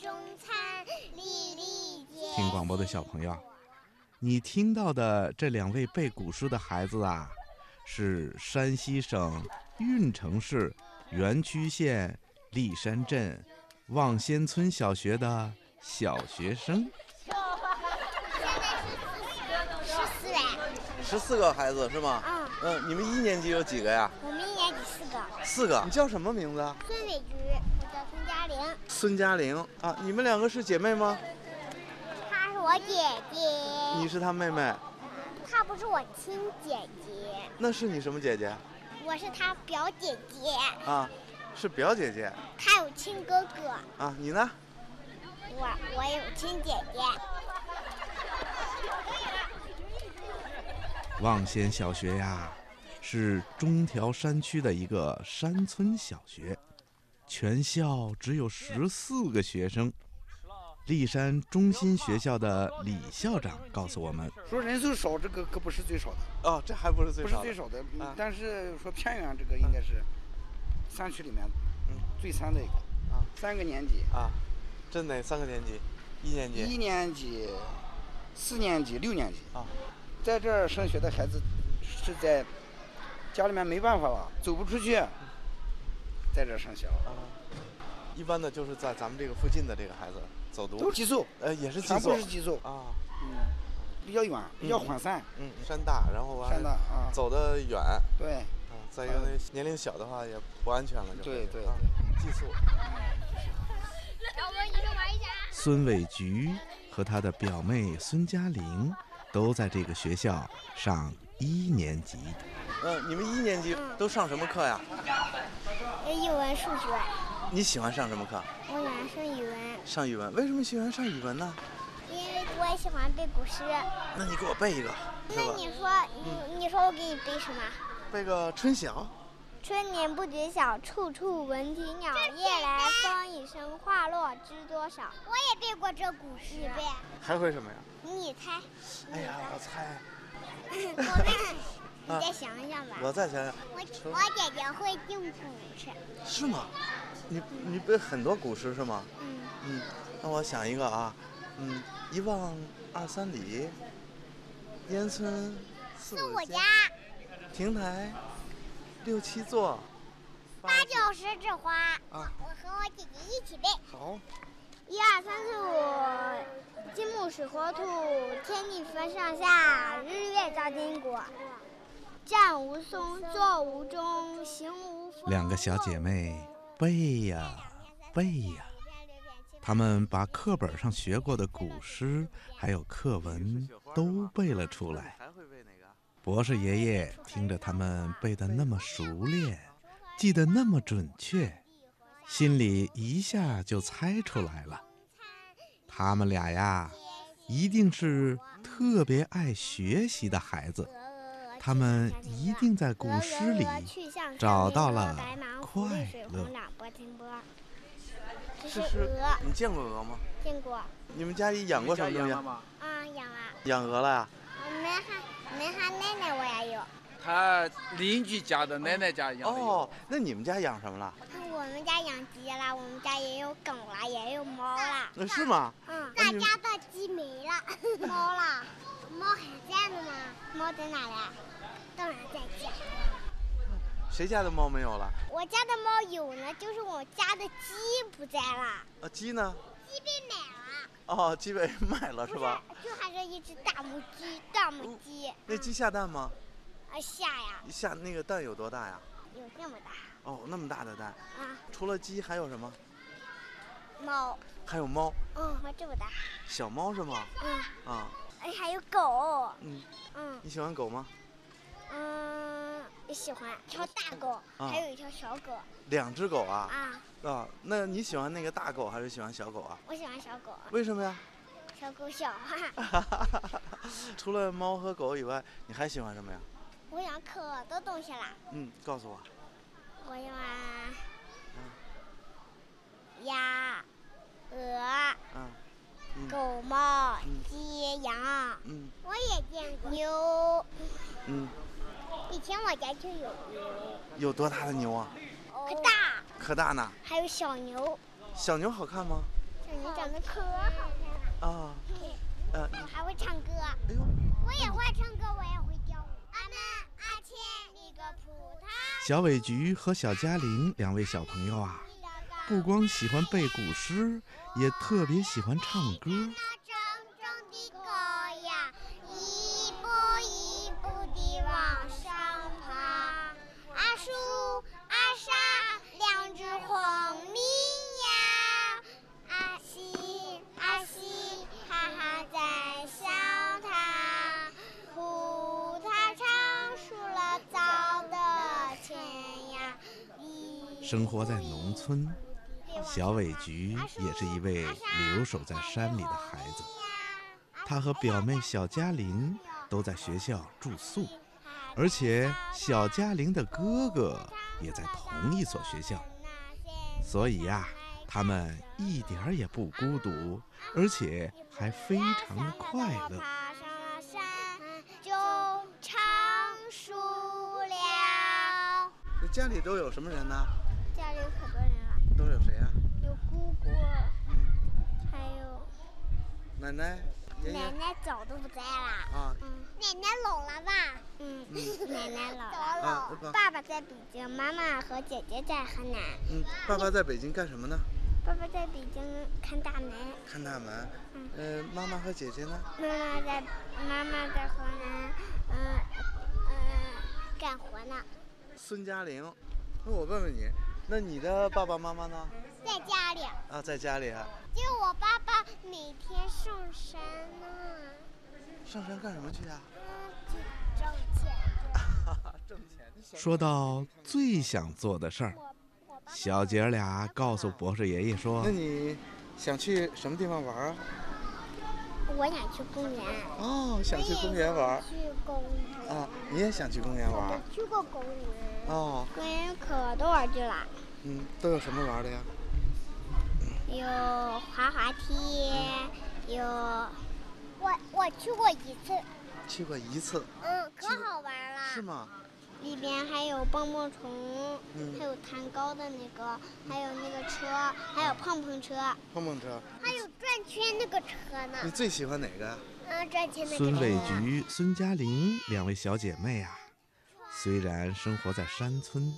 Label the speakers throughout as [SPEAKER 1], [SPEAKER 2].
[SPEAKER 1] 中餐，粒粒皆
[SPEAKER 2] 听广播的小朋友，啊你听到的这两位背古诗的孩子啊，是山西省运城市垣曲县历山镇望仙村小学的小学生。
[SPEAKER 1] 十四哎，
[SPEAKER 3] 十四个孩子是吗？
[SPEAKER 1] 嗯，
[SPEAKER 3] 嗯，你们一年级有几个呀？
[SPEAKER 1] 我们一年级四个。
[SPEAKER 3] 四个。你叫什么名字啊？
[SPEAKER 1] 孙伟菊，我叫孙嘉玲，
[SPEAKER 3] 孙嘉玲啊。你们两个是姐妹吗？
[SPEAKER 1] 她是我姐姐，
[SPEAKER 4] 嗯
[SPEAKER 3] 你是她妹妹，
[SPEAKER 1] 她不是我亲姐姐，
[SPEAKER 3] 那是你什么姐姐
[SPEAKER 1] 我是她表姐姐，
[SPEAKER 3] 啊？是表姐姐
[SPEAKER 1] 她有亲哥哥，
[SPEAKER 3] 啊？你呢？
[SPEAKER 1] 我我有亲姐姐。
[SPEAKER 2] 望仙小学呀，是中条山区的一个山村小学，全校只有十四个学生。历山中心学校的李校长告诉我们，
[SPEAKER 5] 说人数少，这个可不是最少的，
[SPEAKER 3] 哦，这还不是最
[SPEAKER 5] 不是
[SPEAKER 3] 少的。
[SPEAKER 5] 最少的。
[SPEAKER 3] 啊
[SPEAKER 5] 嗯但是说偏远这个应该是山区里面，嗯，最山的一个
[SPEAKER 3] 啊
[SPEAKER 5] 三个年级，
[SPEAKER 3] 啊，真哪三个年级？一年级
[SPEAKER 5] 一年级、四年级、六年级
[SPEAKER 3] 啊，
[SPEAKER 5] 在这儿上学的孩子是在家里面没办法了，走不出去，在这儿上学了，
[SPEAKER 3] 啊。一般的就是在咱们这个附近的这个孩子走
[SPEAKER 5] 都
[SPEAKER 3] 读
[SPEAKER 5] 是，寄宿，
[SPEAKER 3] 呃，也是寄
[SPEAKER 5] 全
[SPEAKER 3] 宿
[SPEAKER 5] 部是寄宿，
[SPEAKER 3] 啊，
[SPEAKER 5] 嗯，比较远，比较
[SPEAKER 3] 嗯
[SPEAKER 5] 涣散，
[SPEAKER 3] 嗯，山大，然后完了
[SPEAKER 5] 山大啊，
[SPEAKER 3] 走得远，啊，
[SPEAKER 5] 对，
[SPEAKER 3] 再一个那年龄小的话也不安全了，就
[SPEAKER 5] 对对
[SPEAKER 3] 啊寄宿。
[SPEAKER 1] 小文，你说玩一下。
[SPEAKER 2] 孙伟菊和她的表妹孙嘉玲都在这个学校上一年级。
[SPEAKER 3] 嗯，你们一年级都上什么课呀？
[SPEAKER 1] 语哎文、数学，
[SPEAKER 3] 你喜欢上什么课？
[SPEAKER 1] 我喜欢上语文，
[SPEAKER 3] 上语文。为什么喜欢上语文呢？
[SPEAKER 1] 因为我也喜欢背古诗。
[SPEAKER 3] 那你给我背一个，是
[SPEAKER 1] 那
[SPEAKER 3] 吧？
[SPEAKER 1] 你说，嗯你你说我给你背什么？
[SPEAKER 3] 背个《春晓》。
[SPEAKER 1] 春眠不觉晓，处处闻啼鸟。夜来风雨声，花落知多少。我也背过这古诗。你背？
[SPEAKER 3] 还会什么呀？
[SPEAKER 1] 你 猜？
[SPEAKER 3] 哎呀，我猜，
[SPEAKER 1] 我背。你再想一想吧。
[SPEAKER 3] 我再想想，
[SPEAKER 1] 我我姐姐会定古诗。
[SPEAKER 3] 是吗？你你背很多古诗是吗？
[SPEAKER 1] 嗯，
[SPEAKER 3] 嗯，那我想一个啊，嗯，一望二三里，烟村四
[SPEAKER 1] 是
[SPEAKER 3] 五
[SPEAKER 1] 我家
[SPEAKER 3] 亭台六七座，
[SPEAKER 1] 八九十指花。我
[SPEAKER 3] 啊
[SPEAKER 1] 我和我姐姐一起背。
[SPEAKER 3] 好，
[SPEAKER 1] 一二三四五，金木水火土，天地分上下，日月照金国。站无松，坐无钟，行无风。
[SPEAKER 2] 两个小姐妹背呀背呀，她们把课本上学过的古诗还有课文都背了出来。
[SPEAKER 3] 还会背哪个？
[SPEAKER 2] 博士爷爷听着他们背得那么熟练，记得那么准确，心里一下就猜出来了，他们俩呀，一定是特别爱学习的孩子，他们一定在古诗里找到了快乐。
[SPEAKER 1] 这是
[SPEAKER 3] 这是
[SPEAKER 1] 鹅，
[SPEAKER 3] 你见过鹅吗？
[SPEAKER 1] 见过啊，
[SPEAKER 3] 你们家里养过什么东西？
[SPEAKER 1] 养了。
[SPEAKER 3] 养鹅了呀？
[SPEAKER 1] 我们还我们还奶奶我也有，
[SPEAKER 6] 他邻居家的奶奶家养的有，
[SPEAKER 3] 哦，那你们家养什么了？
[SPEAKER 1] 我们家养鸡啦，我们家也有狗啦，也有猫啦。
[SPEAKER 3] 那是吗？
[SPEAKER 1] 嗯，
[SPEAKER 3] 那
[SPEAKER 1] 大
[SPEAKER 3] 你
[SPEAKER 1] 家的鸡没了，猫了，猫还在呢吗？猫在哪里啊？当然在家。
[SPEAKER 3] 谁家的猫没有了？
[SPEAKER 1] 我家的猫有呢，就是我家的鸡不在了，
[SPEAKER 3] 啊，鸡呢？
[SPEAKER 1] 鸡被买了，
[SPEAKER 3] 哦，鸡被 卖了是
[SPEAKER 1] 不
[SPEAKER 3] 吧？哦
[SPEAKER 1] 是，就还是一只大母鸡，大母鸡。嗯
[SPEAKER 3] 那鸡下蛋吗？
[SPEAKER 1] 啊下呀，
[SPEAKER 3] 下那个蛋有多大呀？
[SPEAKER 1] 有那么大
[SPEAKER 3] 哦，那么大的蛋，
[SPEAKER 1] 啊？
[SPEAKER 3] 除了鸡还有什么？
[SPEAKER 1] 猫，
[SPEAKER 3] 还有猫，
[SPEAKER 1] 嗯，还这么大，
[SPEAKER 3] 小猫是吗？
[SPEAKER 1] 嗯，
[SPEAKER 3] 啊，
[SPEAKER 1] 哎，还有狗，
[SPEAKER 3] 嗯，
[SPEAKER 1] 嗯
[SPEAKER 3] 你喜欢狗吗？
[SPEAKER 1] 嗯，喜欢一条大狗，
[SPEAKER 3] 啊
[SPEAKER 1] 还有一条小狗
[SPEAKER 3] 两只狗啊？
[SPEAKER 1] 啊，
[SPEAKER 3] 啊，那你喜欢那个大狗还是喜欢小狗啊？
[SPEAKER 1] 我喜欢小狗，
[SPEAKER 3] 为什么呀？
[SPEAKER 1] 小狗小啊。
[SPEAKER 3] 除了猫和狗以外，你还喜欢什么呀？
[SPEAKER 1] 我养可多东西啦，
[SPEAKER 3] 嗯，告诉我。
[SPEAKER 1] 我养鸭、鹅、
[SPEAKER 3] 啊，
[SPEAKER 1] 狗、猫、
[SPEAKER 3] 嗯
[SPEAKER 1] 鸡、羊，
[SPEAKER 3] 嗯
[SPEAKER 1] 我也见过牛。
[SPEAKER 3] 嗯，
[SPEAKER 1] 以前我家就有
[SPEAKER 3] 有多大的牛啊？
[SPEAKER 1] 可大，
[SPEAKER 3] 可大呢？
[SPEAKER 1] 还有小牛，
[SPEAKER 3] 小牛好看吗？
[SPEAKER 1] 是你长得可好看了，
[SPEAKER 3] 啊，呃，你
[SPEAKER 1] 还会唱歌。
[SPEAKER 3] 哎呦，
[SPEAKER 1] 我也会唱歌，我也会跳舞。阿门阿切，你个葡萄。
[SPEAKER 2] 小尾菊和小嘉玲两位小朋友啊，不光喜欢背古诗，也特别喜欢唱歌。
[SPEAKER 1] 那铮铮的高呀，一步一步地往上爬。阿叔阿莎，两只红鹂呀，阿西阿西，哈哈在笑它。葡萄唱熟了早的甜呀。一
[SPEAKER 2] 生活在农村
[SPEAKER 1] 步一步地往
[SPEAKER 2] 小尾
[SPEAKER 1] 上爬
[SPEAKER 2] 菊也是一位留守在山里的孩子，
[SPEAKER 1] 他
[SPEAKER 2] 她和
[SPEAKER 1] 和
[SPEAKER 2] 表
[SPEAKER 1] 表
[SPEAKER 2] 妹
[SPEAKER 1] 妹
[SPEAKER 2] 小
[SPEAKER 1] 小
[SPEAKER 2] 嘉
[SPEAKER 1] 嘉
[SPEAKER 2] 玲
[SPEAKER 1] 玲
[SPEAKER 2] 都
[SPEAKER 1] 都
[SPEAKER 2] 在
[SPEAKER 1] 在
[SPEAKER 2] 学
[SPEAKER 1] 学
[SPEAKER 2] 校
[SPEAKER 1] 校
[SPEAKER 2] 住
[SPEAKER 1] 住
[SPEAKER 2] 宿
[SPEAKER 1] 宿，
[SPEAKER 2] 而
[SPEAKER 1] 而且
[SPEAKER 2] 且
[SPEAKER 1] 小
[SPEAKER 2] 小嘉玲的
[SPEAKER 1] 哥
[SPEAKER 2] 哥哥
[SPEAKER 1] 哥
[SPEAKER 2] 也
[SPEAKER 1] 也
[SPEAKER 2] 在
[SPEAKER 1] 在
[SPEAKER 2] 同
[SPEAKER 1] 同
[SPEAKER 2] 一
[SPEAKER 1] 一
[SPEAKER 2] 所
[SPEAKER 1] 所
[SPEAKER 2] 学
[SPEAKER 1] 学
[SPEAKER 2] 校
[SPEAKER 1] 校，，
[SPEAKER 2] 所
[SPEAKER 1] 所
[SPEAKER 2] 以
[SPEAKER 1] 以
[SPEAKER 2] 呀、
[SPEAKER 1] 呀、
[SPEAKER 2] 他
[SPEAKER 1] 他们
[SPEAKER 2] 们一点儿也不孤独，而且还非常的快乐。
[SPEAKER 1] 爬上了山就成熟了。
[SPEAKER 3] 那家里都有什么人呢？
[SPEAKER 1] 家里有可多人了，
[SPEAKER 3] 都有谁啊呀、
[SPEAKER 1] 有姑姑，还有
[SPEAKER 3] 奶奶、爷爷
[SPEAKER 1] 奶早都不在了。
[SPEAKER 3] 啊，
[SPEAKER 1] 嗯奶奶老了吧？ 嗯，奶奶老了。
[SPEAKER 3] 啊
[SPEAKER 1] 爸
[SPEAKER 3] 爸
[SPEAKER 1] 爸在北京，妈妈和姐姐在河南。
[SPEAKER 3] 嗯，爸爸在北京干什么呢？
[SPEAKER 1] 爸爸在北京看大门，
[SPEAKER 3] 看大门
[SPEAKER 1] 嗯。
[SPEAKER 3] 呃，妈妈和姐姐呢？
[SPEAKER 1] 妈妈在妈妈在河南，嗯、嗯、干活呢，
[SPEAKER 3] 孙嘉玲。那我问问你，那你的爸爸妈妈呢？
[SPEAKER 1] 在家里。
[SPEAKER 3] 啊，在家里啊。
[SPEAKER 1] 就我爸爸每天上山呢、
[SPEAKER 3] 上山干什么去啊？
[SPEAKER 1] 嗯，就挣钱。
[SPEAKER 3] 挣钱。
[SPEAKER 2] 说到最想做的事儿，小姐儿俩告诉博士爷爷说
[SPEAKER 3] 那，你想去什么地方玩啊？
[SPEAKER 1] 我想去公园。
[SPEAKER 3] 哦，想去公园玩
[SPEAKER 1] 去公园。
[SPEAKER 3] 啊？你也想去公园
[SPEAKER 1] 我
[SPEAKER 3] 玩？
[SPEAKER 1] 去过公园。
[SPEAKER 3] 哦，
[SPEAKER 1] 公园可多玩具了，
[SPEAKER 3] 嗯，都有什么玩的呀？
[SPEAKER 1] 有滑滑梯，有我我去过一次，
[SPEAKER 3] 去过一次，
[SPEAKER 1] 嗯，
[SPEAKER 3] 去
[SPEAKER 1] 可
[SPEAKER 3] 过
[SPEAKER 1] 好玩了。
[SPEAKER 3] 是？吗？
[SPEAKER 1] 里边还有蹦蹦虫，
[SPEAKER 3] 嗯
[SPEAKER 1] 还有弹高的那个，还有那个车，还有碰碰车，
[SPEAKER 3] 碰碰车，
[SPEAKER 1] 还有转圈那个车
[SPEAKER 3] 你
[SPEAKER 1] 呢。
[SPEAKER 3] 最喜欢哪个？
[SPEAKER 1] 嗯，转圈那个车。
[SPEAKER 2] 孙伟菊、孙嘉玲两位小姐妹啊，虽然生活在山村，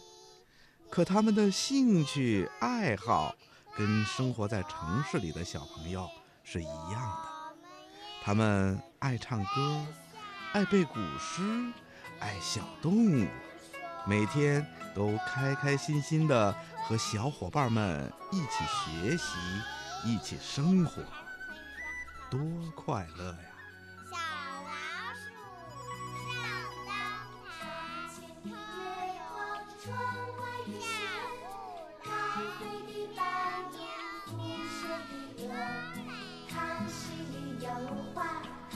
[SPEAKER 2] 可她们的兴趣爱好跟生活在城市里的小朋友是一样的。她们爱唱歌，爱背古诗，爱小动物，每天都开开心心的和小伙伴们一起学习，一起生活，多快乐呀！
[SPEAKER 1] 小老鼠上灯台，吹风春光下不来。的伴娘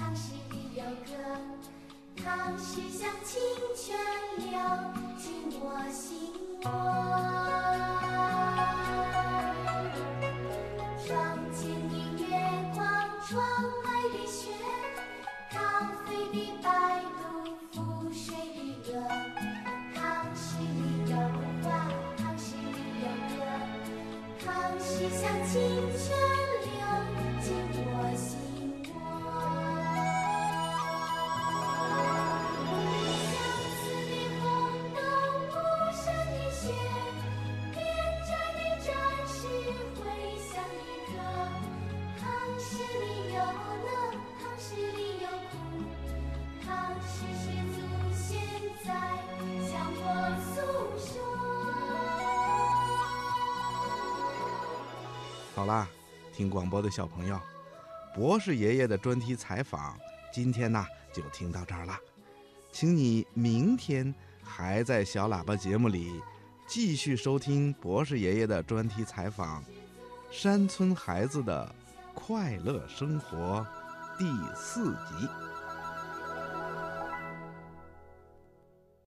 [SPEAKER 1] 故事里有，
[SPEAKER 4] 唐诗里有画，唐诗里有歌，唐诗像清泉流进我心窝。窗前的月光，窗外的雪，高飞的白鹭，浮水的鹅。唐诗里有画，唐诗里有歌，唐诗像清泉流进我心窝。相思的红豆，不声的雪，编织的战士回响的歌。唐诗里有乐，唐诗里有苦，唐诗是祖先在向我诉说。
[SPEAKER 2] 好啦，听广播的小朋友，博士爷爷的专题采访今天呢就听到这儿了，请你明天还在小喇叭节目里继续收听博士爷爷的专题采访《山村孩子的快乐生活》第四集。